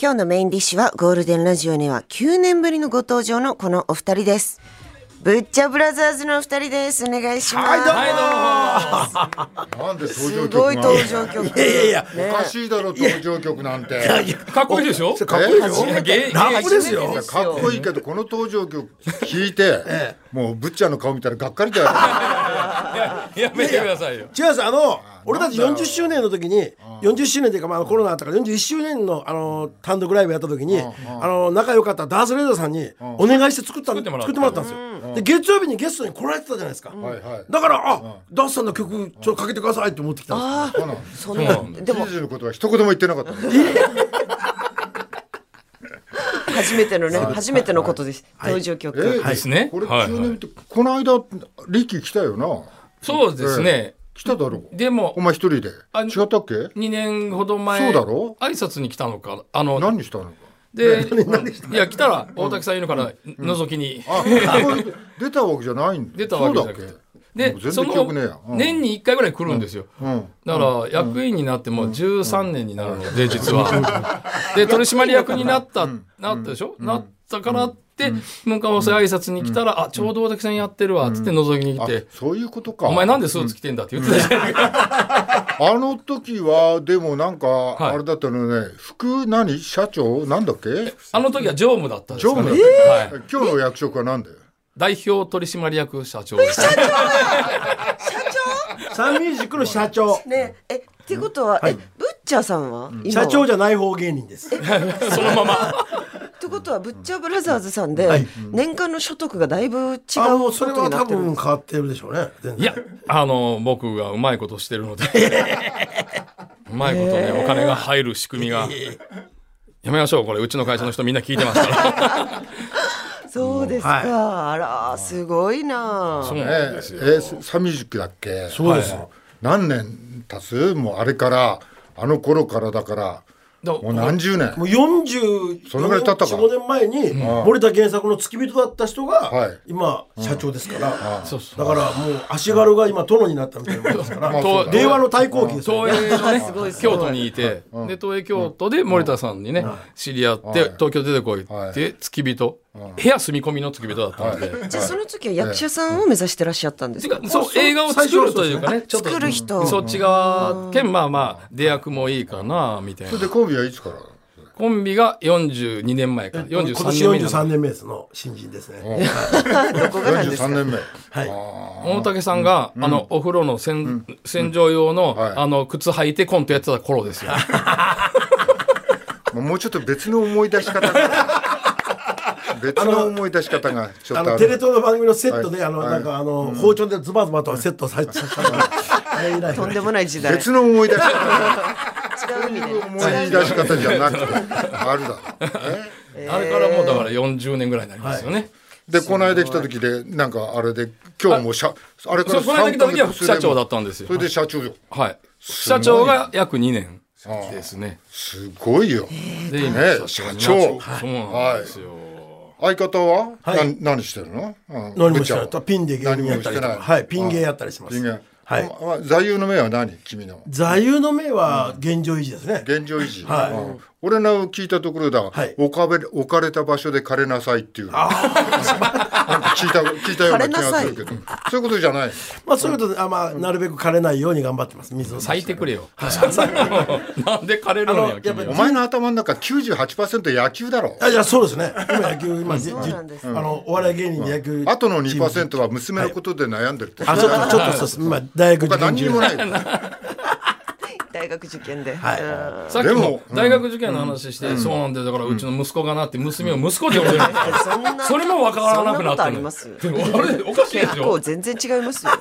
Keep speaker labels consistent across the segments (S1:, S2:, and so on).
S1: 今日のメインディッシュはゴールデンラジオには9年ぶりのご登場のこのお二人です。ブッチャブラザーズのお二人です。お願いします。
S2: なんで登場
S1: す
S2: 曲
S1: ごい
S2: が
S1: 登場曲。
S3: いやいや
S2: おかしいだろ登場曲なんて
S4: かっこいいでしょ
S3: かっこいいよ
S2: 初
S4: めて
S3: ラップですよ
S1: 初めてです
S2: かっこいいけどこの登場曲聞いて、もうブッチャーの顔見たらがっかりだよ
S4: やめてくださいよ。
S3: 違うんですあの俺たち40周年の時に40周年というかまあコロナあったから41周年のあの単独ライブやった時にあの仲良かったダース・レーダーさんにお願いして作った
S4: 作ってもらっ
S3: 作
S4: た
S3: ってもらったんですよで月曜日にゲストに来られてたじゃないですか
S2: はいはい
S3: だからあダースさんの曲ちょっとかけてくださいって持ってきたんですよ
S2: そうなの
S1: そんなでも
S2: チーズのことは一言も言ってなかったの
S1: 初めてのね初めてのことです。登場曲。
S2: え
S4: ですね
S2: これ
S4: はい
S2: 9年って、この間リキ来たよな
S4: そうですね。
S2: 来ただろ
S4: でも
S2: お、前一人で
S4: あ
S2: 違ったっけ
S4: 2年ほど
S2: そう
S4: 前、
S2: だろ
S4: 挨拶に来たのか。あの、
S2: 何したのか
S4: で、いや、来たら、大竹さんいるから、覗きに。
S2: あこれ出たわけじゃないんだ
S4: 出たわけじ
S2: そ
S4: ゃな
S2: うだっ
S4: く
S2: け
S4: て。
S2: もう
S4: で、
S2: 全
S4: そ
S2: 然記
S4: の
S2: 憶ねえや、、うん
S4: 年に1回ぐらい来るんですよ。
S2: うん
S4: だから、役員になってもう13年になるので、実は。で、取締役になった、なったでしょなったからって、向かわせ挨拶に来たら、あ、ちょうど大竹さんやってるわ、つって覗きに来
S2: あ
S4: て。
S2: そういうことか
S4: お前なんでスーツ着てんだって言ってたじゃん。
S2: あの時はでもなんか
S4: い
S2: あれだったのね、副何社長なんだっけ
S4: あの時は常務だったんですか
S2: 常
S4: ね。
S2: 務
S4: はい。
S2: 今日の役職は何だよ
S4: 代表取締役社長です。
S3: サンミュージックの社長
S1: ねえってことはえブッチャーさんは今は
S3: 社長じゃない方芸人です
S4: そのまま。
S1: ってことはブッチャーブラザーズさんで年間の所得がだいぶ違う
S3: あも
S1: こ
S3: うそ
S1: と
S3: れ
S1: に
S3: は
S1: な
S3: 多
S1: ってるん
S3: 分
S1: です
S3: 変わってるでしょうね全
S4: い
S3: 然
S4: や、あの、僕がうまいことしてるので。うまいことね、お金が入る仕組みが。やめましょう、これ。うちの会社の人みんな聞いてますから。
S1: そうですか、あらすごいな
S4: そう
S2: え
S4: なん
S2: え
S4: ですよ。
S2: えーサミュージックだっけ
S3: そうです
S2: はい何年経つもうあれからあの頃からだから
S4: だ
S2: もう何十年
S3: もう40
S2: そのぐらい経ったか
S3: 45年前に森田健作の付き人だった人が
S2: はい
S3: 今社長ですから、
S4: そうそう
S3: だからもう足軽が今殿になったみたいなもんです から、
S2: まあ
S4: そうだね
S3: 令和の対抗期ですよ
S4: 東
S3: ね。
S4: 映のね
S1: すごいすごい
S4: 京都にいて、で東映京都で森田さんにね、知り合って、東京出てこいって、
S2: はい
S4: 付き人、部屋住み込みの付き人だったんで、
S1: じゃあその時は役者さんを目指してらっしゃったんです
S4: て
S1: か、
S4: かそう映画を作るというかねちょっと
S1: 作る人
S4: そっち側兼まあまあ出役もいいかなみたい
S2: それ
S4: な
S2: でコンビはいつから
S4: コンビが42年前から
S3: 今年
S4: 43年
S3: 43年目
S4: 目になる
S3: ですの新人ですね。
S1: どこがなんですか
S2: 43年目
S3: はい。
S4: 大竹さんが、あのお風呂の洗,、洗浄用の,、
S2: はい
S4: あの靴履いてコントやってた頃ですよ
S2: まあもうちょっと別の思い出し方が別の思い出し方がちょ
S3: あ
S2: っとあ
S3: のテ
S2: る
S3: レ東の番組のセットで、
S2: はい
S3: あの
S2: はい
S3: なんかあの、包丁でズバズバとセットされてた からあれ以来
S1: とんでもない時代違う
S2: 別の思い出し方
S1: 意味で
S2: 思い出し方じゃなくてあるだろえ
S4: あれからもうだから40年ぐらいになりますよね、
S2: でこの間来た時でなんかあれで今日も社あれか
S4: そ
S2: ら
S4: うこの間来た時は副社長だ
S2: っ
S4: ったんですよ
S2: それで社長よ
S4: はい社長が約2年ですね
S2: すごいよ
S4: で今
S2: ね社長
S4: そうなんですよ、
S2: 相方は
S3: はい
S2: な何してるのうん
S3: 何も
S2: ぶっ
S3: して
S2: ちゃん
S3: な
S2: はい
S3: とピンで芸人やったりとか、
S2: 何もしてない
S3: はい、ピン芸やったりします。
S2: 人間
S3: はい。
S2: まあ座右の銘は何君の
S3: 座右の銘は現状維持ですね。
S2: 現状維持
S3: はい
S2: うん俺の聞いたところだ
S3: はい
S2: 置かべ置かれた場所で枯れなさいっていうなんか聞いた聞いたような気がするけどそういうことじゃない
S3: まあそういうことで、あまあなるべく枯れないように頑張ってます。水を差
S4: 咲い
S3: して
S4: くれよ。なんで枯れるの
S3: あ
S4: よ
S3: の、
S4: 君
S3: や
S2: お
S4: は
S3: っ。
S2: 前の頭の中98%野球だろ
S3: あ、じゃあそうですね。今野 球、今、じ
S1: そうなんです
S3: じあの、お笑い芸人で野球。
S2: あとの2%は娘のことで悩んでるって
S3: あ、ちょっと、ちょっとそうです。今、大学受
S2: 他
S3: 験
S2: 何にも
S3: 中。
S2: ないよ
S1: 大学受験で、
S3: はい
S1: うん
S4: さっき
S2: で
S4: も
S2: も
S4: 大学受験の話して、そうなんだよだからうちの息子がなって娘を息子で呼んでる。
S1: そんな
S4: それもわからなくな
S1: そんなこ
S4: った
S1: とあり
S4: の
S1: ます
S4: あれおかしいで
S1: 結
S4: し
S1: 構
S4: ょ
S1: 全然違いますよ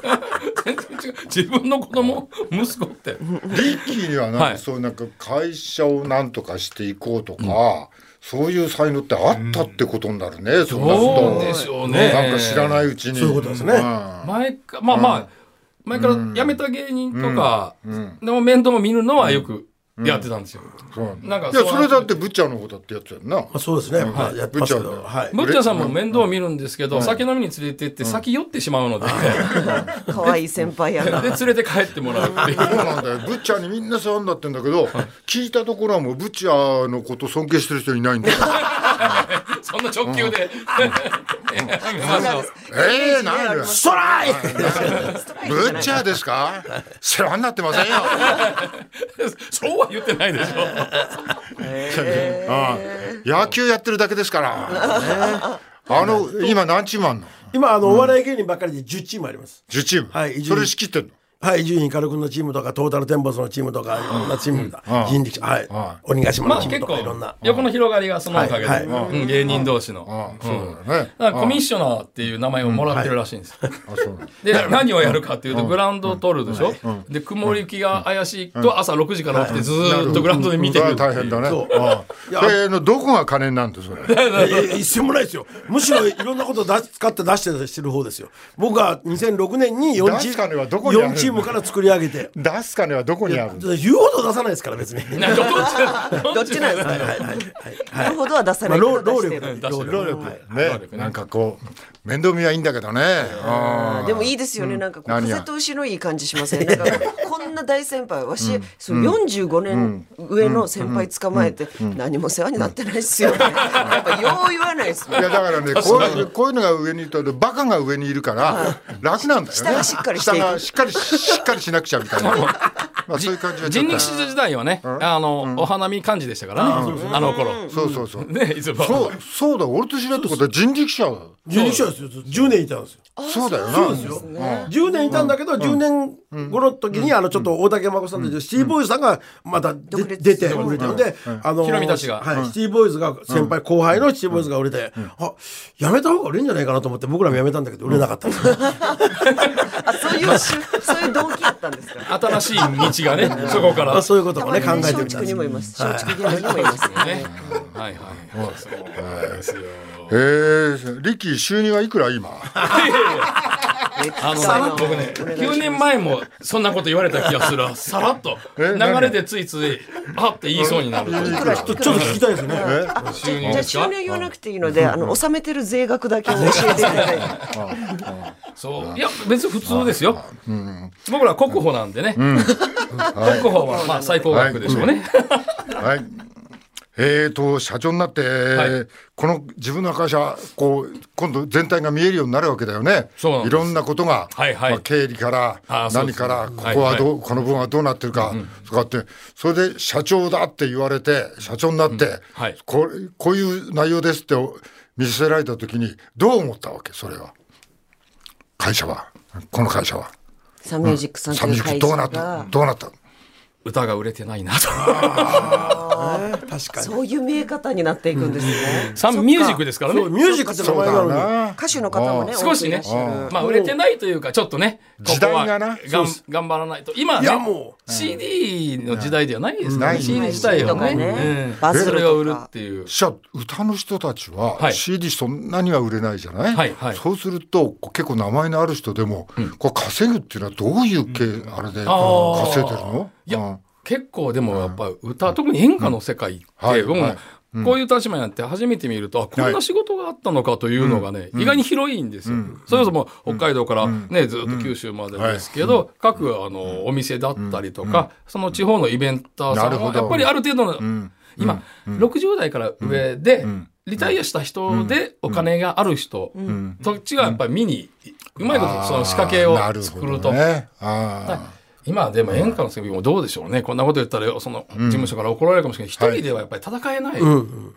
S4: 全然違う自分の子供息子って
S2: リッキーにはなん
S4: は
S2: か
S4: い
S2: そうなんか会社をなんとかしていこうとか、そういう才能ってあったってことになるね、そんなこと
S4: どうでしょうね
S2: なんか知らないうちに
S3: そういうことですね
S2: ん
S4: 前かまあまあ前から辞めた芸人とかでも面倒も見るのはよくやってたんですよ。
S2: そうなんだ
S4: なんか
S2: いや
S4: う
S2: それだってブッチャーの方だってやつやんな
S3: あ、そうですね、まあ、やってますけ
S2: ぶっちゃ
S3: ど、
S2: け
S3: はい、
S4: ブッチャーさんも面倒を見るんですけど、酒飲みに連れてって先酔ってしまうので、
S1: 可愛い先輩やな。
S4: で連れて帰ってもらうっていう。
S2: そうなんだよブッチャーにみんな世話になってんだけど聞いたところはもうブッチャーのこと尊敬してる人いないんだよ
S4: そんな直球で。
S2: ええなんや
S3: ストライク
S2: ブッチャーですか世話になってませんよ
S4: そうは言ってないでしょ。
S2: うん野球やってるだけですからあの今何チームあんの
S3: 今あのお笑い芸人ばっかりで10チームあります
S2: 10チーム、
S3: はい
S2: それ仕切ってんの
S3: はい伊集院光君のチームとかトータルテンボスのチームとかいろんなチームが人力車はい鬼ヶ島
S4: ま
S3: の
S4: あ
S3: チーム
S4: 結
S3: と
S4: 構
S3: かいろんな
S4: 横の広がりがそのおかげで、
S3: はいは
S4: うん芸人同士
S2: あ
S4: の。
S2: あそうだよね、
S4: だからコミッショナーっていう名前をもらってるらしいんです。
S2: あそうなんだ
S4: で、何をやるかっていうと、グラウンドを取るでしょで、曇り気が怪しいと朝6時から起きてずーっとグラウンドで見てる
S2: う。ん大変だね
S3: そう
S2: あ
S3: い
S2: あ
S3: や
S2: それのどこが金になるんだそれ
S3: いやいや一銭もないですよむしろいろんなこと出し使って出してしてる方ですよ僕は2006年に4チ
S2: 出す金はど
S3: ー
S2: こ
S3: ム
S2: にある
S3: 四チームから作り上げて
S2: 出す金はどこにあるんだ
S3: 言うほど出さないですから別に
S4: などっち
S1: どっちなんですか。
S3: はいはいはい
S1: なるほどは出さ
S3: ま
S1: な
S3: あ
S1: い。
S3: 労労
S1: 出してる
S3: 力
S4: 出してる
S3: 労力
S2: ねなんかこう面倒見はいいんだけどねああ
S1: でもいいですよね、なんかこう
S2: 何や
S1: 風通しのいい感じしません、なんかこんな大先輩わし、そう45年上の先輩捕まえて、何も世話になってないっすよ、ね、やっぱよう言わないっす
S2: い
S1: ね
S2: やだからねこういうこういうのが上にいるとバカが上にいるから楽なんだよね
S1: 下がしっかりしていく
S2: 下がしっかりしっかりしなくちゃみたいなまあそういう感じはちょっ
S4: 人
S2: と
S4: 力士時代はね、あの、お花見幹事でしたからね、あの頃。
S2: そうそうそう
S4: ね、いつも。
S2: そうそうだ俺と知り合ってことは人力車だ
S3: 人力車ですよ10年いたんですよ
S2: そうだよな
S3: そうですよ。10年いたんだけど、10年後の時に、あの、ちょっと大竹孫さんというシティボーイズさんが、また出
S1: 立
S3: 出て、売れて、で、あの、
S4: ヒロミたちが
S3: はい、シティボーイズが先輩、後輩のシティボーイズが売れて、あ、やめた方が売れんじゃないかなと思って、僕らもやめたんだけど、売れなかったん ですよ。
S1: あそういうしそういう動機やったんですか
S4: 新しい道がね、そこから。
S3: まあ
S4: は
S3: そういうこと
S1: た
S3: も
S1: ま
S3: ね、
S1: に
S3: 考え
S1: ね
S3: てみ
S1: 松
S3: たん
S1: 竹
S3: で
S1: にも
S3: す
S1: います松竹芸能にもいますよね
S4: いはい。そうですよ。
S2: えー、リッキー収入はいくら 今
S4: あの、
S1: さらっと
S4: 僕ね、9年前もそんなこと言われた気がする。さらっと。
S2: え
S4: 流れでついつい、あって言いそうになる。
S3: ちょっとちょっと聞きたいですね。
S4: 収入
S1: じゃ
S4: で
S1: あ
S4: す
S1: 収
S4: か
S1: 入言わなくていいので、あの納めてる税額だけ教えていただいて
S4: そう。いや、別に普通ですよ。僕ら国保なんでね。国保は、まあ、最高額でしょうね。
S2: はいえーと社長になって、
S4: い
S2: この自分の会社こう今度全体が見えるようになるわけだよね
S4: そうなんです
S2: いろんなことが、
S4: はいはい
S2: まあ、経理から
S4: あーそうで
S2: 何
S4: す
S2: からここはどう、この分はどうなってるか、とかってそれで社長だって言われて社長になって、
S4: はい
S2: こうこういう内容ですって見せられた時にどう思ったわけそれは会社はこの会社は
S1: サンミュージックさん
S2: サ
S1: と
S2: ンミ
S1: い
S2: ュ
S1: う
S2: ージッ
S1: 会
S2: クどう
S1: 社
S2: なった
S1: が
S2: どうなった
S4: 歌が売れてないなと。
S3: 確かに。
S1: そういう見え方になっていくんですね、
S4: サンミュージックですからね
S3: そう。ミュージックって名前があるんだ。
S1: 歌手の方もね
S4: 少しね
S1: 多くいらっゃる、
S4: まあ売れてないというか、ちょっとね、ここは
S2: 時代がな
S4: がん頑張らないと。今
S3: い
S4: ね
S3: や、も
S4: CD の時代ではないですから
S2: う
S4: ね。
S2: ん
S4: CD 自体は
S1: ないですね
S4: ね、
S1: バズるとか
S4: それを売るっていう。
S2: じゃあ歌の人たち
S4: は
S2: はい CD そんなには売れないじゃない、
S4: はいはい
S2: そうするとこう結構名前のある人でも、こう稼ぐっていうのはどういう系、あれで
S4: あー
S2: 稼いでるの
S4: いや
S2: う、
S4: 結構でもやっぱ歌、特に演歌の世界って、
S2: はい
S4: 僕も
S2: はい
S4: こういう立場になって初めて見ると、あこんな仕事があったのかというのがね、意外に広いんですよ。それこそもう北海道からね、ずっと九州までですけど、各あの、お店だったりとか、その地方のイベンターさ
S2: なんるほ
S4: は、
S2: ど
S4: やっぱりある程度の、今、60代から上で、リタイアした人でお金がある人、そっちがやっぱり見に、うまいことその仕掛けを
S2: あー
S4: 作ると
S2: なほど。ねあ
S4: 今でも演歌の世界もどうでしょうね、こんなこと言ったらその事務所から怒られるかもしれない一、人ではやっぱり戦えない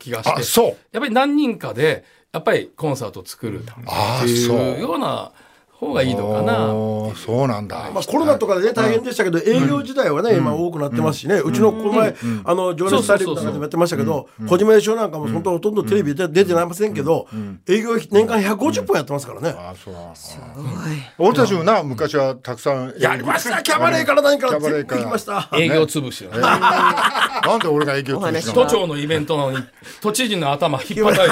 S4: 気がして、
S2: ーあそう
S4: やっぱり何人かでやっぱりコンサートを作るって
S2: あーそ
S4: いううような方がいいのかな。
S2: おーそうなんだ、
S3: まあ、コロナとかでね大変でしたけど営業自体はね今多くなってますしねうちのこの前あの情熱大陸とかでもやってましたけど小島よしおなんかも本当ほとんどテレビで出てませんけど営業年間150本やってますからね。
S2: あそう俺たちもな昔はたくさん
S3: やりましたキャバレーから何から
S2: キャバレ
S3: 全部
S2: ーから
S3: 行きました。
S4: 営業潰しのね、
S2: なんで俺が営業
S1: お
S2: 中
S1: 話
S2: し
S4: 都
S2: た
S1: は
S4: 庁のイベントなのに都知事の頭引っ叩いていき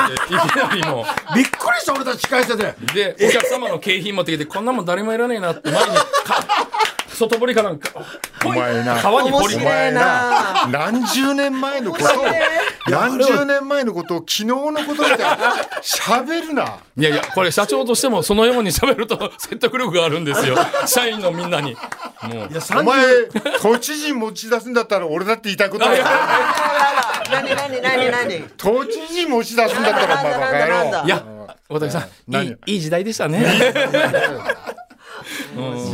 S4: なりも
S3: びっくりした俺たち司会してて。
S4: うでお客様の景品持ってきてこんなもん誰もいらねえなって前にか外堀かなんか、
S2: お前な
S4: 川に
S1: 面
S4: 堀
S2: お
S1: 白
S2: 前
S1: いな
S2: な何十年前のことを何十年前のことを昨日のことみたいな喋るない
S4: やいや、これ社長としてもそのように喋ると説得力があるんですよ。社員のみんなに。もう。
S2: お前都知事持ち出すんだったら俺だって言いたいことだよ
S1: 何何何何
S2: 都知事持ち出すんだったらお前バカ野郎
S4: いや、小竹さん、い
S2: 何
S4: い、いい時代でしたね。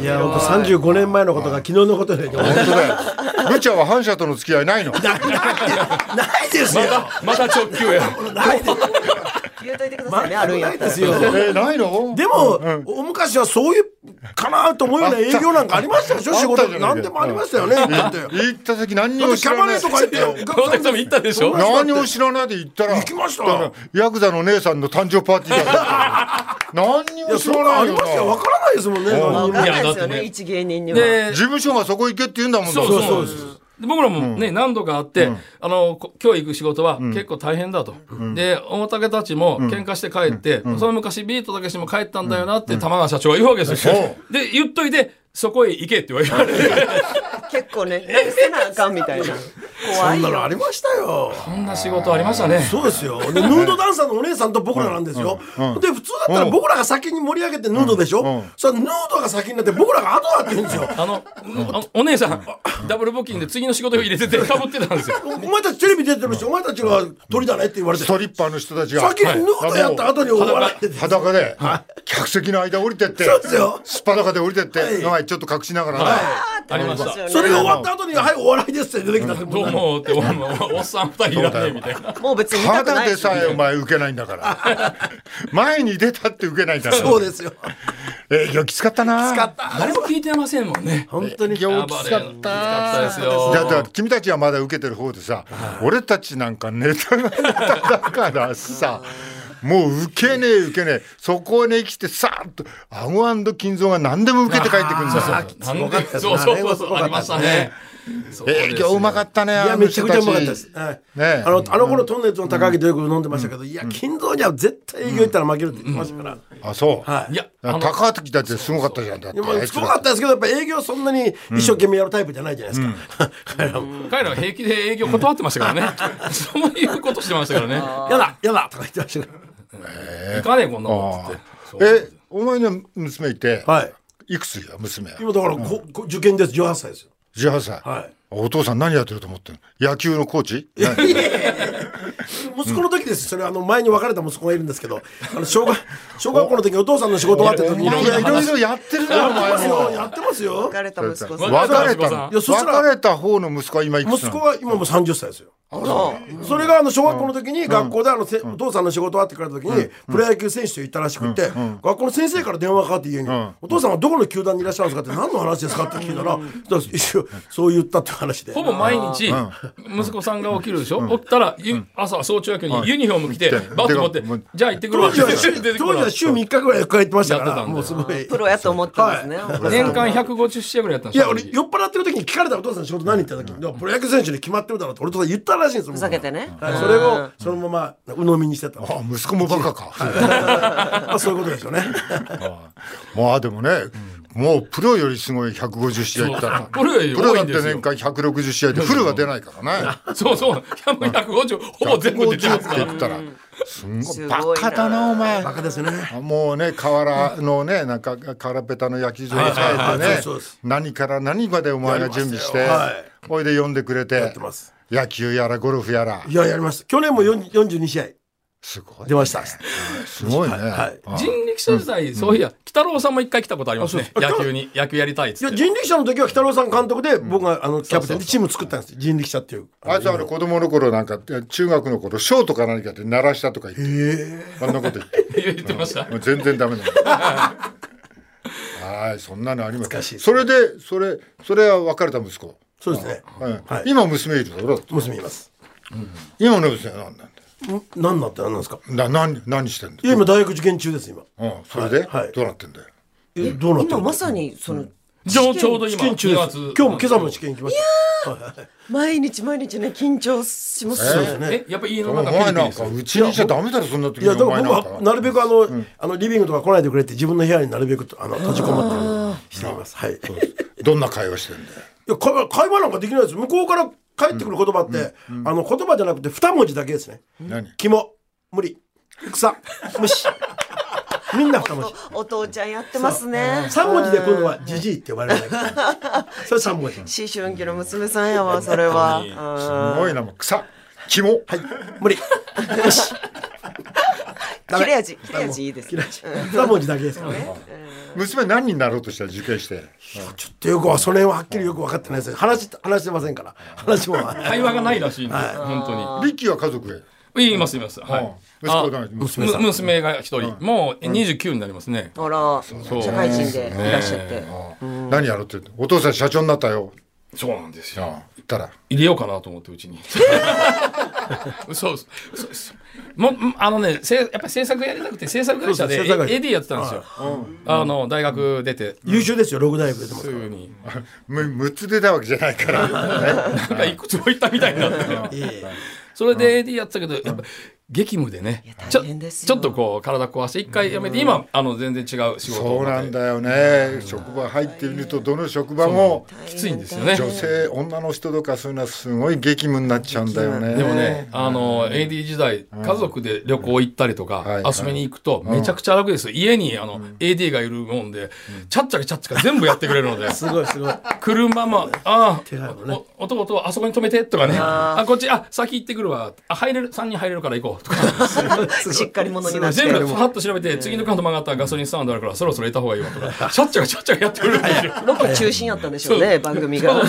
S3: いや僕35年前のことが昨日のことで
S2: 本当だよブチャは反社との付き合いないの
S3: ないですよ
S4: また直球や。
S1: 言うといてくださいねあるんやったら
S2: えーないの
S3: でも、お昔はそういうかなと思うような営業なんかありましたでしょ
S2: あった
S3: 仕事
S2: あったじゃない
S3: 何でもありましたよね、だってだって
S2: 行った先何に
S3: キ
S2: も知
S3: ャ
S2: ら
S3: バ
S2: な
S3: レ
S2: い
S3: ーとか行ってお
S4: 小
S3: 客
S4: 竹
S3: さ
S4: さん
S3: ん
S4: も行ったでしょ
S2: 何も知らないで行ったら
S3: 行きました
S2: だからヤクザの姉さんの誕生パーティーだった何に
S3: い
S2: も
S3: や
S2: 知
S3: そんな
S2: ら
S3: の
S2: な
S3: あ
S2: い
S3: り
S2: よ
S3: ましたよわ
S2: な
S3: からないですもんね
S1: わかんないですよ
S4: いやだってね
S1: ね一芸人には
S4: で
S2: 事、務所がそこ行けって言うんだもんだ
S4: そうそうそう
S2: だ
S4: です。で僕らもね、何度かあって、あの、こ今日行く仕事は結構大変だと。で、大竹たちも喧嘩して帰って、その昔ビートたけしも帰ったんだよなって玉川社長が言うわけですよ。で、言っといて、そこへ行けって言われて、
S1: 結構ね何せなあかんみたいな怖
S3: そん
S1: い
S3: な
S1: よ
S3: のありましたよ
S4: こんな仕事ありましたね。
S3: そうですよでヌードダンサーのお姉さんと僕らなんですよ、で普通だったら僕らが先に盛り上げてヌードでしょ、
S2: ん
S3: それヌードが先になって僕らが後だって言うんですよ
S4: あの、おお姉さん、ダブルブッキングで次の仕事を入れてて、かぶってたんですよ。
S3: お前たちテレビ出てるしお前たちが鳥だねって言われて
S2: ス
S3: 先
S2: トリッパーの人たちが
S3: にヌードやった後にお笑いって
S2: もう裸で客席の間降りてって
S3: そうですよ
S2: すっぱだかで降りてって、
S3: はい
S2: はい、ちょっと隠しながらな、
S4: ありました。
S1: た
S3: それが終わった後に「はいお笑いです」って出てきたって
S4: どうもって、おおおっさん二人いらねえみたいな。
S1: もう別に見
S2: た
S1: たく
S2: だ
S1: ない
S2: で
S1: し
S2: さえお前受けないんだから 前に出たって受けないんだから
S3: そうですよ
S2: 営業きつかったな
S3: 使った
S4: 誰も聞いてませんもんね。
S3: 本当に
S2: 営業き
S4: 暴
S2: つ
S4: れ
S2: か
S4: よ
S2: っ
S4: きつ
S2: た
S4: かったですよ。
S2: だから君たちはまだ受けてる方でさ、俺たちなんかネタがネタだからさもう受けねえ受けねえそこに来てさーっとアゴ金蔵が何でも受けて帰ってくるんですよ
S3: あー
S4: なん
S3: すごか
S4: で
S3: ったです
S4: そうそうそう
S3: す
S4: そ
S3: ご
S4: う、あ
S3: かっ
S4: り
S3: た
S4: ま
S3: で
S4: し
S3: す
S4: たね。そうです
S2: 営業うまかったね
S3: いや
S2: あの
S3: めちゃくちゃ
S2: 人た
S3: う
S2: ち
S3: まかったです、はい
S2: ね
S3: あのあの頃トンネルズの高木とよく飲んでましたけど、いや金蔵には絶対営業行ったら負けるって言ってましたから、
S2: あそう、
S3: はい
S4: いや、あの、
S2: 高崎だってすごかったじゃんだって
S3: でも
S2: あい
S3: す
S2: つら
S3: ごかったですけどやっぱ営業そんなに一生懸命やるタイプじゃないじゃないですか、彼らも
S4: 彼らは平気で営業断ってましたから ね。そういうことしてましたからね。
S3: 「やだやだ」とか言ってましたか
S4: 行かねえ、こんなもん
S2: あ
S4: っつっ
S2: ー
S4: て。そう
S2: えお前の娘いて、
S3: らはい
S2: い、くつよ娘
S3: 今だからこ、こ受験です18歳ですよ
S2: 18歳、
S3: はい
S2: お父さん何やってると思ってるの野球のコーチ何
S3: 息子の時ですそれあの前に別れた息子がいるんですけどあの小学小学校の時お父さんの仕事終わってた時に
S2: い
S3: やっ
S2: や
S3: て
S2: い
S3: ま
S2: ろいろやってるなお前
S3: すよ
S2: も
S3: やってますよ
S1: 別れた息子さん
S4: わ
S2: 別れた
S4: い
S2: の
S4: や
S3: そしたら
S2: 別れた方の息子は今いく
S3: 息
S2: つな
S3: 子
S2: の
S3: は今もう30歳ですよ
S1: の
S3: それがあの小学校の時に学校であのせ、お父さんの仕事終わってからの時にプロ野球選手と行ったらしくって、学校の先生から電話がかかって家に、
S2: ん
S3: お父さんはどこの球団にいらっしゃるんですかって何の話ですかって聞いたら、そしたら一応そう言ったって話で
S4: ほぼ毎日、息子さんが起きるでしょ、起きたら、ゆ朝、早朝野球にユニフォーム着て、
S2: うん
S4: バット持って
S2: でもうん、
S4: じゃあ行ってくるわ
S3: 当
S4: っ
S3: 時
S4: て
S3: は週
S4: 出てく
S3: 当
S4: る
S3: 時
S4: わ
S3: は。週3日ぐらい通ってましたか
S4: やって
S3: ら
S4: たんだ
S3: もうすごい
S1: プロやと思ってますね
S4: 年間150試合ぐらいやったんで
S3: い
S4: す
S3: や
S4: よ。
S3: 俺酔っ払ってる時に聞かれたお父さんの仕事何って言った時に、でもプロ野球選手に決まってるだろうって俺と言ったらしいんですよ
S1: ふざけてね
S3: はいそれをそのまま鵜呑みにしてた
S2: あ息子もバカか、
S3: まあそういうことですよね
S2: まあでもね、もうプロよりすごい150試合いったら
S4: プロより
S2: プロ
S4: 多い
S2: だっ
S4: んで
S2: て
S4: すよ
S2: 年間160試合でフルは出ないからね
S4: そうそう、150、ほぼ全部出て
S2: 150
S4: ま
S2: っ
S4: す
S2: て
S4: から。
S2: 言ったらすんご
S1: す
S2: い
S1: ごいな
S2: バカだなお前
S3: バカですね
S2: もうね河原のねなんか河原ペタの焼き場に帰
S3: はいはいはい
S2: って
S3: そう
S2: ね
S3: です
S2: 何から何までお前が準備して
S3: やりますよはい
S2: おいで呼んでくれて
S3: ってます
S2: 野球やらゴルフやら
S3: いややりました去年も40 42試合
S2: すごい
S3: 出ました
S2: すごいね
S3: はい
S2: あ
S4: 人力車時代、そういや、北郎さんも一回来たことありますね。
S3: あそう
S4: 野球に、野球やりたいっ
S3: い
S4: つっ
S3: や
S4: て。
S3: 人力車の時は北郎さん監督で僕があのキャプテンでチーム作ったんですよ人力車っていう
S2: あいつは俺子供の頃なんか中学の頃ショートか何かで鳴らしたとか言ってあんなこと言って
S4: 言ってました。
S2: もう全然ダメなの。はい、そんなのあります。
S3: 難しい
S2: それで、それ、それは別れた息子。
S3: そうですね
S2: はい
S3: はい
S2: 今娘いるだろ。
S3: 娘います
S2: 今の娘は何なんだ
S3: ん何なって何なんですか
S2: よ。な、何、何してんだ
S3: いや今大学受験中です今
S2: よ。うん、それで、
S3: はいはい
S2: どうなってんだよ。
S3: えどうなってる
S1: 今まさにその
S4: ちょちょうど
S3: 試
S4: 今、
S3: 験中です今
S4: 2
S3: 日も今朝も試験行きまし
S1: 毎日毎日ね緊張します
S3: た
S1: よ
S3: そうですね
S4: え、やっぱ家
S2: お
S4: の中ピリ
S2: 前
S4: ピ
S2: な
S4: リ
S2: ん
S4: する
S2: か、うちにしちゃダメだろ、そんな時
S3: い
S2: に。
S3: やだ
S2: お
S3: から
S2: 前
S3: 僕
S2: なん
S3: は
S2: か。
S3: なるべくあの、あのリビングとか来ないでくれって自分の部屋になるべくとあの閉じこもってしています。はい。
S2: どんな会話してるんだよ
S3: いや会話会話なんかできないです向こうから返ってくる言葉って、あの言葉じゃなくて二文字だけですね
S2: 何
S3: 肝無理草虫みんな二文字
S1: お父ちゃんやってますね
S3: 三文字で今度はじじいって呼ばれるんだけどそれ三文字
S1: 思春期の娘さんやわそれは
S4: 本当に
S2: すごいなもう草肝はい
S3: 無理よし
S1: うん
S3: ダメ
S1: 切れ味切れ味いいですね
S3: 二文字だけですからね
S2: 娘何になろうとした受験して
S3: ちょっとよくはその辺ははっきりよく分かってないです話話してませんから話も
S4: 会話がないらしいんで、本
S2: リッキーは家族へ
S4: 当に。いますいます。は
S2: うん
S4: い。
S2: 息子だ
S4: あ
S2: 娘
S3: さん
S4: む娘が一人、もう二十九になりますね。
S1: あら
S4: そう
S1: 社会人でいらっしゃって、
S2: 何やろうって言ってお父さん社長になったよ
S4: そうなんですよ。
S2: 言ったら
S4: 入れようかなと思って うちに。嘘嘘嘘嘘。もうあのね、せやっぱり制作やりたくて制作会社で
S3: そうそう制作会社
S4: AD やってたんですよ。あの大学出て
S3: 優秀ですよ六大学出てます
S4: すぐに
S2: む6つ出たわけじゃないから
S4: なんかいくつも行ったみたいになって。
S3: いえいえ
S4: それで AD やってたけど、やっぱ激務でね
S1: や、
S4: ちょ
S1: 大変ですよ
S4: ちょっとこう体壊して一回やめて、今あの全然違う仕事
S2: そうなんだよね職場入ってみるとどの職場も
S4: きついんですよね。
S2: 女性女の人とかそういうのはすごい激務になっちゃうんだよね
S4: でもね、あの、AD 時代、家族で旅行行ったりとか
S2: はい、はい
S4: 遊びに行くと、めちゃくちゃ楽ですよ。家に、あの、AD がいるもんで、ちゃっちゃかちゃっちゃか全部やってくれるの で、
S3: すごいす ごい
S4: 車も、あ
S3: 手配も
S4: あ、
S3: ね
S4: お男とあそこに止めてとかね、あ、こっち、あ、先行ってくるわ、あ、入れる、3人入れるから行こうとか、
S1: しっかり者になって
S4: 全部ファッと調べて、次のカード曲がったらガソリンスタンドあるから、そろそろ行った方がいいわと か、ちゃっちゃかちゃっちゃかやってくれるんですよ。
S1: ロコ中心やったんでしょうね番組が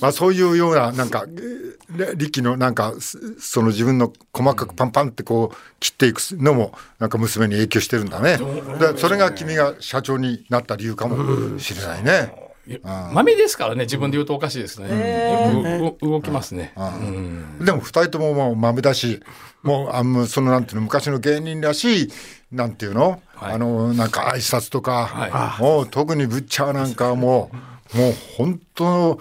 S2: まあそういうようななんかえー力のなんかすその自分の細かくパンパンってこう切っていくのもなんか娘に影響してるんだね。でそれが君が社長になった理由かもしれないね。
S4: 豆ですからね、自分で言うとおかしいですね。よくう動きますね。
S2: でも二人とももう豆だし、もうあのそのなんていうの昔の芸人らしいなんていうの、
S4: い
S2: あのなんか挨拶とか、
S4: はい
S2: もう特にブッチャーなんかはもうもう本当の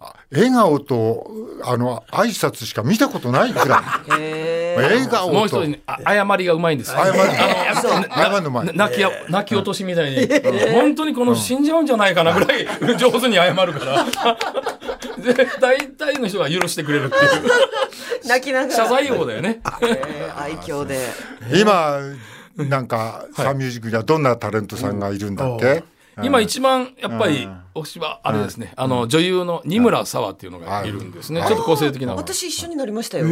S2: あ笑顔とあの挨拶しか見たことないくらい。笑顔と。
S4: もう一人ね、あ謝りがうまいんですよ。
S2: 謝り
S4: あの
S2: そう
S4: な
S2: 謝るのうまい
S4: な泣きや泣き落としみたいに、本当にこの死んじゃうんじゃないかなぐらい 上手に謝るから。で大体の人が許してくれるっていう
S1: 泣きながら
S4: 謝罪王だよね。
S1: えー愛嬌で
S2: 今なんかサンミュージックにはどんなタレントさんがいるんだっけ、
S4: 今一番やっぱりお芝あれですね、あの女優の二村沙和っていうのがいるんですね。ちょっと個性的な。
S1: 私一緒になりましたよ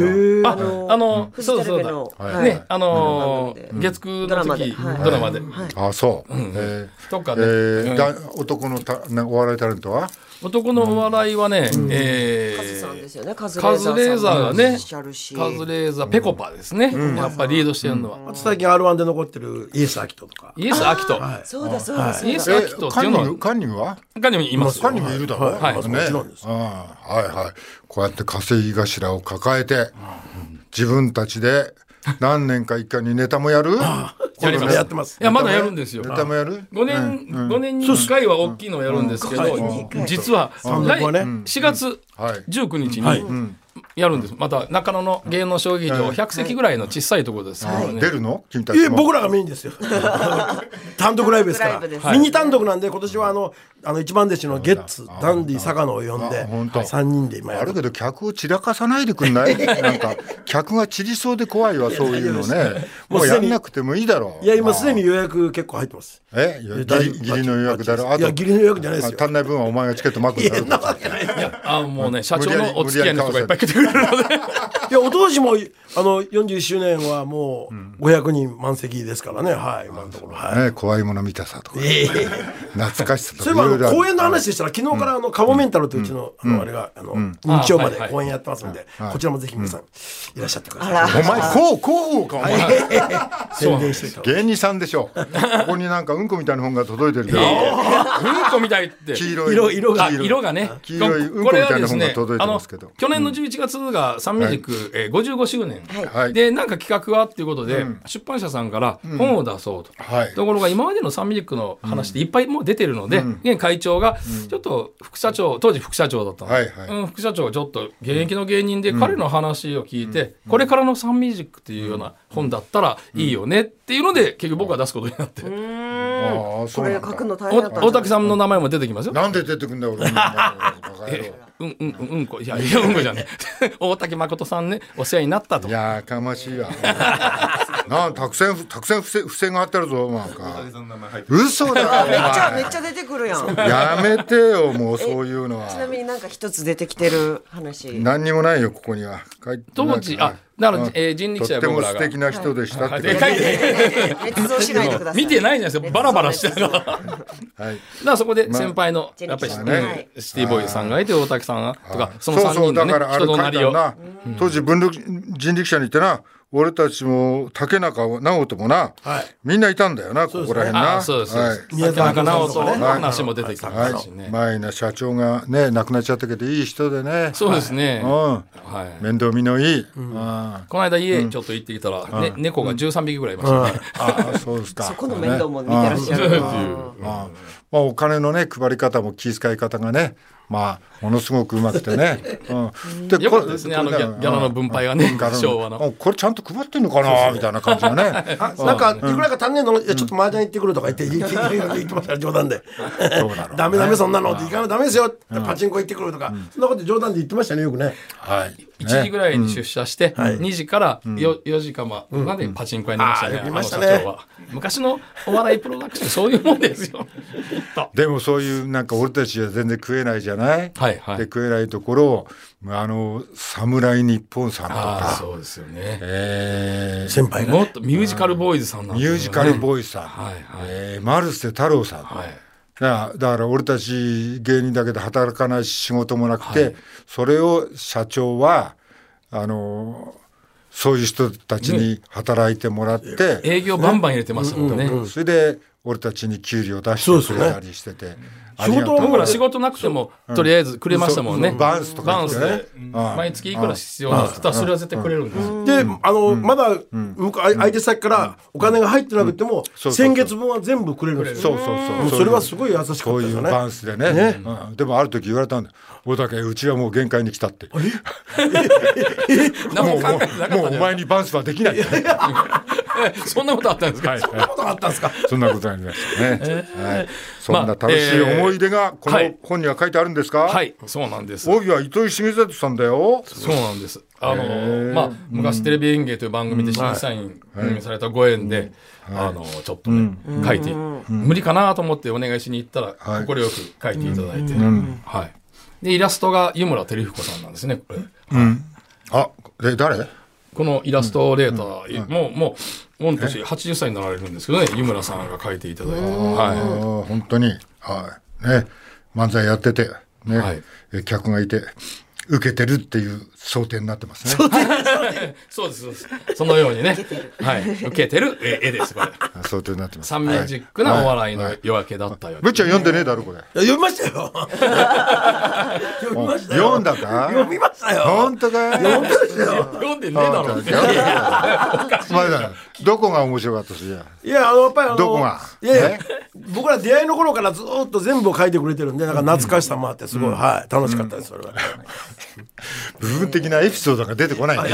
S4: あ、
S1: あの
S4: あの、
S1: フジ
S4: そう
S1: テ
S4: だそ
S1: レ
S4: う
S1: ビ
S4: だ。
S1: の
S2: はい
S1: はい
S4: ね、あの
S1: 番
S4: ー
S1: 組
S4: 月9
S1: ドラ
S4: の
S1: マで
S4: 時
S1: はい
S4: ドラマで。
S1: はい
S2: あそう、えー
S4: とか
S2: え
S4: ね。
S2: ーだ男のたなお笑いタレントは
S4: 男のお笑いはね、えー
S1: カズさんですよねカズ
S4: カズレーザーがね
S1: しゃるし
S4: カズレーザー、ペコパですね。やっぱリードしてるのは。
S3: 最近 R1 で残ってるイエス・アキトとか
S4: イエス・アキト。
S1: そうだそうだそう
S4: イエ
S1: だ
S4: ス・アキトって
S2: カ
S4: い
S2: ン
S4: う
S2: ニ
S4: の
S2: ン
S4: は
S2: グ、カンニングは
S4: 他にもいます
S2: カ
S4: よ
S2: ン。ニングいるだろ、
S3: はい
S4: はい
S2: ね
S3: もちろんです
S2: ああはいはいこうやって稼ぎ頭を抱えて自分たちで何年か一回にネタもやる
S4: やり
S3: 今
S4: ま
S3: 度
S4: す。
S3: やってます
S4: いや、まだやるんですよ。
S2: ネタもやる
S4: 5年、五年に1回は大きいのをやるんですけど、実は、来
S3: 年はね
S4: 4月
S2: はい
S4: 19日にやるんです。また、中野の芸能将棋場100席ぐらいの小さいところですけどね
S2: 出。るの君た
S3: い
S2: ち
S3: え
S2: も
S3: 僕らがメインですよ単独ライブですか
S1: 単独ライブです
S3: らミニ単独なんで今年はあのあの一番弟子のゲッツダンディ坂野を呼ん
S2: あ本当
S3: で三人で今や
S2: ある
S3: る
S2: けど客を散らかさないでくんな いなんか客が散りそうで怖いわそういうのねも
S3: もう
S2: う
S3: す
S2: や
S3: でに
S2: んなくてもいいだろう
S3: いや今すでに予約結構入ってます
S2: えギリギリの予約だろあ
S3: いや
S2: と
S3: 義理の予約じゃないですよ
S2: 足んない分はお前がチケット巻くんだろう
S3: なわけない
S4: いや、あもうね、社長のお付き合いの人がいっぱい来てくれるので。
S3: いやお当時もあの41周年はもう500人満席ですからねはい今のところはい
S2: ね怖いもの見たさとか
S3: ええ
S2: 懐かしさと
S3: そ
S2: か
S3: う
S2: い
S3: いえばあの
S2: ろいろある
S3: 公演の話でしたら昨日からあのカモメンタルといううちのあのあれがあの日曜ま
S4: あはいは
S3: で
S4: い
S3: 公演やってますのでこちらもぜひ皆さんいらっしゃってくだ
S1: あ
S3: さ
S1: ら
S2: お前こうこうかお前
S3: い宣伝していた
S2: 芸人さんで しょここになんかうんこみたいな本が届いてるけ ど
S4: うんこみたいって。
S2: 黄色い
S3: 色色が
S4: あ色がね、
S2: 黄色いうんこ
S4: こ
S2: み
S4: れ
S2: た
S4: はい
S2: な
S4: です
S2: 本が
S4: ね、
S2: 届いてますけど、
S4: 去年の11月がサンミュージック、えー55周年、
S2: はい
S4: でなんか企画はっていうことで、出版社さんから本を出そうと、
S2: はい
S4: ところが今までのサンミュージックの話でいっぱいもう出てるので、現会長がちょっと副社長当時副社長だったの、
S2: はいはい
S4: うん、副社長がちょっと現役の芸人で彼の話を聞いて、これからのサンミュージックっていうような本だったらいいよねっていうので結局僕は出すことになって、
S1: うーん
S2: ああ、
S1: こ
S2: そう
S1: れ
S2: な
S1: 書
S2: んだ
S1: くの大変だったん
S4: お大竹さんの名前も出てきますよ。
S2: なんで出てくんだよ俺の名前バカ野郎
S4: うんうんうんうんこいやいやうんこじゃねえ 大竹誠さんねお世話になったと
S2: いやーかましいわ。 なんたくさんたくさん不正不正があってるぞなんか。嘘だ
S1: めっちゃめっ
S2: よ
S1: ちゃ出てくるやん
S2: お前。やめてよもうそういうの
S1: ちなみ
S2: は。
S1: になんか一つ出てきてる話
S2: 何にもないよここには。書いて
S4: 当時
S2: な
S4: あ
S2: んか
S4: だから、えー人力
S2: とっ
S4: 車や
S2: て
S4: 僕
S2: も
S4: ら
S2: 素
S4: が
S2: 敵な人でしたって。
S4: で書いて
S1: 熱造しないでください
S4: 見てないじゃないですかバラバラしてたから だか
S2: はい。
S4: らそこで先輩の、やっぱり、
S1: まあ
S4: ねシティボーイさんがいて大竹さんがとかその
S2: そう
S4: 3
S2: そう
S4: 人
S2: だ
S4: のね
S2: からあれ書
S4: 人
S2: い
S4: のなり
S2: た
S4: を
S2: な。当時分力人力車にいてな。俺たちも竹中直人もな、
S3: はい
S2: みんないたんだよなここら辺な
S4: あそうですそう
S2: は
S4: で
S2: い
S4: す宮
S3: はい
S4: 田直人の話も出てきた
S2: は
S4: し
S2: い、
S4: ね
S2: 前の社長がね亡くなっちゃったけどいい人でね
S4: そうですね
S2: う
S4: はい
S2: ん、面倒見のいい、あ
S4: この間家ちょっと行ってきたら、ね、猫が13匹ぐらいいましたね。
S2: あそうですか
S1: そこの面倒も見てらっしゃる
S4: ってい
S2: う
S4: う
S2: んまあ、お金のね配り方も気遣い方がねまあものすごくうまくてね、 うん、で
S4: よかったですね、あのギャギャラの分配がね、昭和の。
S2: あこれちゃんと配ってんのかなみたいな感じが ね
S3: あなんかいくらか足んねえのいやちょっと麻雀行ってくるとか言っていやいやいや言ってました冗談でダメダメそんなのって行かないダメですよってパチンコ行ってくるとかそんなこと冗談で言ってましたねよくね
S2: はい
S4: 1時ぐらいに出社して、2時からよ 4, 時かままでパチンコ屋にいましたね、
S3: あー
S4: あ
S3: い
S4: の
S3: ま
S4: 社
S3: した
S4: 長
S3: ね
S4: は。昔のお笑いプロダクションってそういうもん ですよ。きっと
S2: でもそういうなんか俺たちは全然食えないじゃない、
S4: はいはい
S2: で食えないところをあの侍日本さんと
S4: ああ、
S2: か、
S4: そうですよね。
S2: えー
S3: 先輩が
S4: もっとミュージカルボーイズさんなん
S2: ミ
S4: てね
S2: ュージカルボーイスさん、
S4: はいはい
S2: えーマルセ太郎さん、
S4: はい
S2: だだから俺たち芸人だけど働かないし仕事もなくて、
S4: はい
S2: それを社長はあのそういう人たちに働いてもらって、
S4: 営業バンバン入れてましたもんね。
S2: それで俺たちに給料出してくれたりしてて、ありがと
S3: 仕事
S2: う
S3: は
S4: 僕ら仕事なくても、とりあえずくれましたもんね。
S2: そうバウンスとか
S4: バ
S2: 言
S4: ウン
S2: って
S4: ス
S2: ね
S4: で。
S2: うん
S4: 毎月いくら必要なって言ったら、それは絶対くれるんですよ。
S3: で、あの、まだ、向こうあ相手先からお金が入ってなくても、
S2: そうそう
S3: 先月分は全部くれるんですよ。
S2: そうそうそう
S3: もうそれはすごい優しかったです
S2: こういう
S3: よね。
S2: バンスでねうんでもある時言われたんだよ大竹うちはもう限界に来たって
S4: 何
S2: も
S4: も
S2: う
S4: 考えてなか
S2: もうお
S4: ったじゃない
S2: 前にバンスはできない
S4: そんなことあったんですか。
S2: そんなことあったんですか。そんなことありましたね。はい。そんな楽しい思い出がこ
S4: は
S2: の
S4: い
S2: 本には書いてあるんですか。
S4: は。い、そうなんです。
S2: 帯は糸井重里さんだよ。
S4: そうなんです。あのまあ、昔テレビ演芸という番組で審査員任命されたご縁で、あのちょっとね、書いて、無理かなと思ってお願いしに行ったら、
S2: はい
S4: 快、く書いていただいて、はい。で、イラストが湯村照彦さんなんですね、これ。
S2: あ、で誰？
S4: このイラストレーター、もう、もう、御年80歳になられるんですけどね、湯村さんが書いていただいて、
S2: あ
S4: は
S2: ー本当にはいね漫才やっててね、
S4: はい
S2: え客がいて受けてるっていう想定になってますね。
S4: い。そうです、そうです。そのようにね、はい、受けてる絵絵です、 これ。
S2: 想定になってます。
S4: サンミュージックなお笑いの夜明けだったよ。
S2: ぶっちゃん読んでねえだろこれ。
S3: いや読みましたよ。読みましたよ。
S2: 読んだか。
S3: 読みましたよ。
S2: 本当かよ。
S3: 本当ですよ。
S4: 読んでねえだ
S2: 本当
S4: ろ
S2: だ
S4: って。
S2: よ。お前だよ。どこが面白かったっすじゃあ
S3: いや、あの、やっぱりあの、
S2: どこが
S3: いやい
S2: え
S3: や、僕ら出会いの頃からずーっと全部を書いてくれてるんで、なんか懐かしさもあって、すごい、はい、楽しかったです、それは。
S2: 部分的なエピソードが出てこない ね。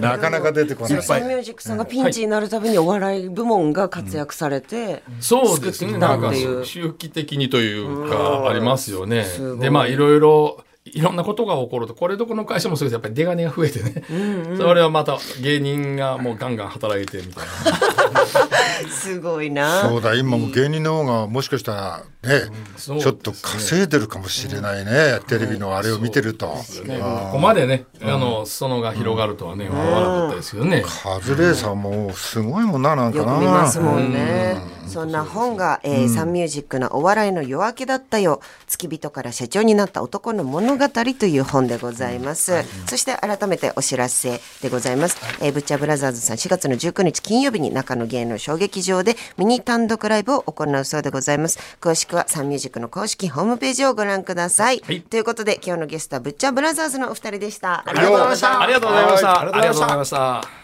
S2: なかなか出てこない。
S1: サンミュージックさんがピンチになるたびにお笑い部門が活躍されて、
S4: そうですね。なん
S1: 作っ
S4: か
S1: てきたっていう
S4: 周期的にというかありますよね
S1: す。ごい
S4: でまあいろいろいろんなことが起こるとこれどこの会社もそうですやっぱり出金が増えてね。それはまた芸人がもうガンガン働いてみたいな。
S1: すごいな
S2: そうだ今も芸人の方がもしかしたらね、
S4: そう
S2: ちょっと稼いでるかもしれないね、テレビのあれを見てると、
S4: ねここまでねあの裾野が広がるとはね思わなかったですけどね。
S2: カズレーザーもすごいもんななんか
S1: よく
S2: な
S1: 見ますもんね。そんな本が、えーサンミュージックのお笑いの夜明けだったよ。付き人から社長になった男の物語という本でございます。そして改めてお知らせでございます。えーブッチャーブラザーズさん4月の19日金曜日に中野芸能小劇場でミニ単独ライブを行うそうでございます。詳しくはサンミュージックの公式ホームページをご覧ください。
S4: はい
S1: ということで今日のゲストはブッチャーブラザーズのお二人でした。あり
S4: ありがとうございました。ありがとうございました。